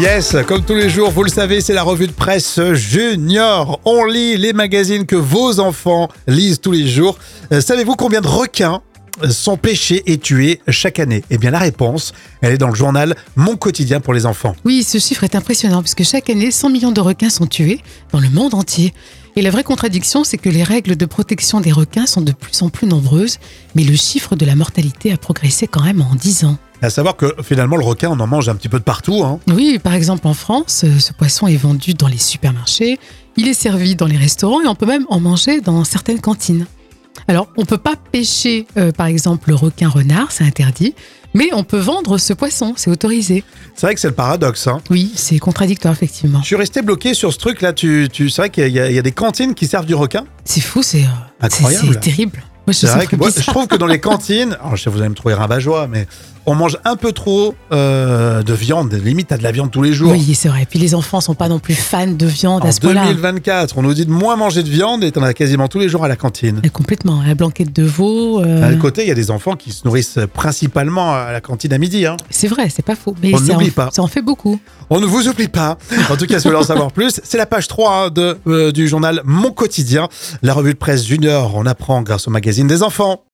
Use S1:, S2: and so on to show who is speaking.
S1: Yes, comme tous les jours, vous le savez, c'est la revue de presse junior. On lit les magazines que vos enfants lisent tous les jours. Euh, Savez-vous combien de requins sont pêchés et tués chaque année Eh bien, la réponse, elle est dans le journal Mon quotidien pour les enfants.
S2: Oui, ce chiffre est impressionnant puisque chaque année, 100 millions de requins sont tués dans le monde entier. Et la vraie contradiction, c'est que les règles de protection des requins sont de plus en plus nombreuses, mais le chiffre de la mortalité a progressé quand même en 10 ans.
S1: À savoir que finalement, le requin, on en mange un petit peu de partout. Hein.
S2: Oui, par exemple en France, euh, ce poisson est vendu dans les supermarchés, il est servi dans les restaurants et on peut même en manger dans certaines cantines. Alors, on ne peut pas pêcher, euh, par exemple, le requin-renard, c'est interdit, mais on peut vendre ce poisson, c'est autorisé.
S1: C'est vrai que c'est le paradoxe. Hein.
S2: Oui, c'est contradictoire, effectivement.
S1: Je suis resté bloqué sur ce truc-là. Tu, tu, c'est vrai qu'il y, a- il y a- il y a des cantines qui servent du requin.
S2: C'est fou, c'est euh, c'est-
S1: Incroyable.
S2: c'est terrible. Moi, je
S1: C'est
S2: trouve ça
S1: vrai que moi, je
S2: bizarre.
S1: trouve que dans les cantines, alors je sais vous allez me trouver ravageois, mais on mange un peu trop euh, de viande. Limite, t'as de la viande tous les jours.
S2: Oui, c'est vrai. Puis les enfants sont pas non plus fans de viande
S1: En
S2: à ce point-là.
S1: 2024, on nous dit de moins manger de viande et t'en as quasiment tous les jours à la cantine.
S2: Euh, Complètement. La blanquette de veau. euh,
S1: À côté, il y a des enfants qui se nourrissent principalement à la cantine à midi. hein.
S2: c'est vrai, c'est pas faux. Mais
S1: On
S2: ça, en,
S1: n'oublie pas.
S2: ça en fait beaucoup.
S1: On ne vous oublie pas. En tout cas, si vous voulez en savoir plus, c'est la page 3 hein, de, euh, du journal Mon Quotidien, la revue de presse junior. On apprend grâce au magazine des enfants.